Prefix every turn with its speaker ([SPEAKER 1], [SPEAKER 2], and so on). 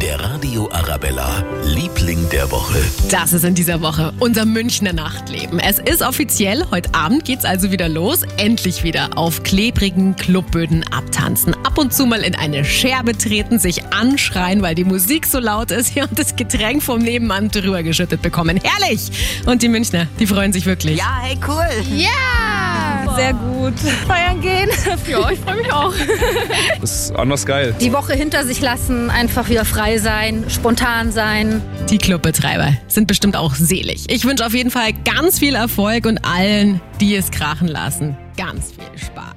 [SPEAKER 1] Der Radio Arabella, Liebling der Woche.
[SPEAKER 2] Das ist in dieser Woche unser Münchner Nachtleben. Es ist offiziell, heute Abend geht's also wieder los. Endlich wieder auf klebrigen Clubböden abtanzen. Ab und zu mal in eine Scherbe treten, sich anschreien, weil die Musik so laut ist ja, und das Getränk vom Nebenmann drüber geschüttet bekommen. Herrlich! Und die Münchner, die freuen sich wirklich.
[SPEAKER 3] Ja, hey, cool.
[SPEAKER 4] Sehr gut. Feiern gehen. Ja, ich freue mich auch.
[SPEAKER 5] ist anders geil.
[SPEAKER 4] Die Woche hinter sich lassen, einfach wieder frei sein, spontan sein.
[SPEAKER 2] Die Clubbetreiber sind bestimmt auch selig. Ich wünsche auf jeden Fall ganz viel Erfolg und allen, die es krachen lassen, ganz viel Spaß.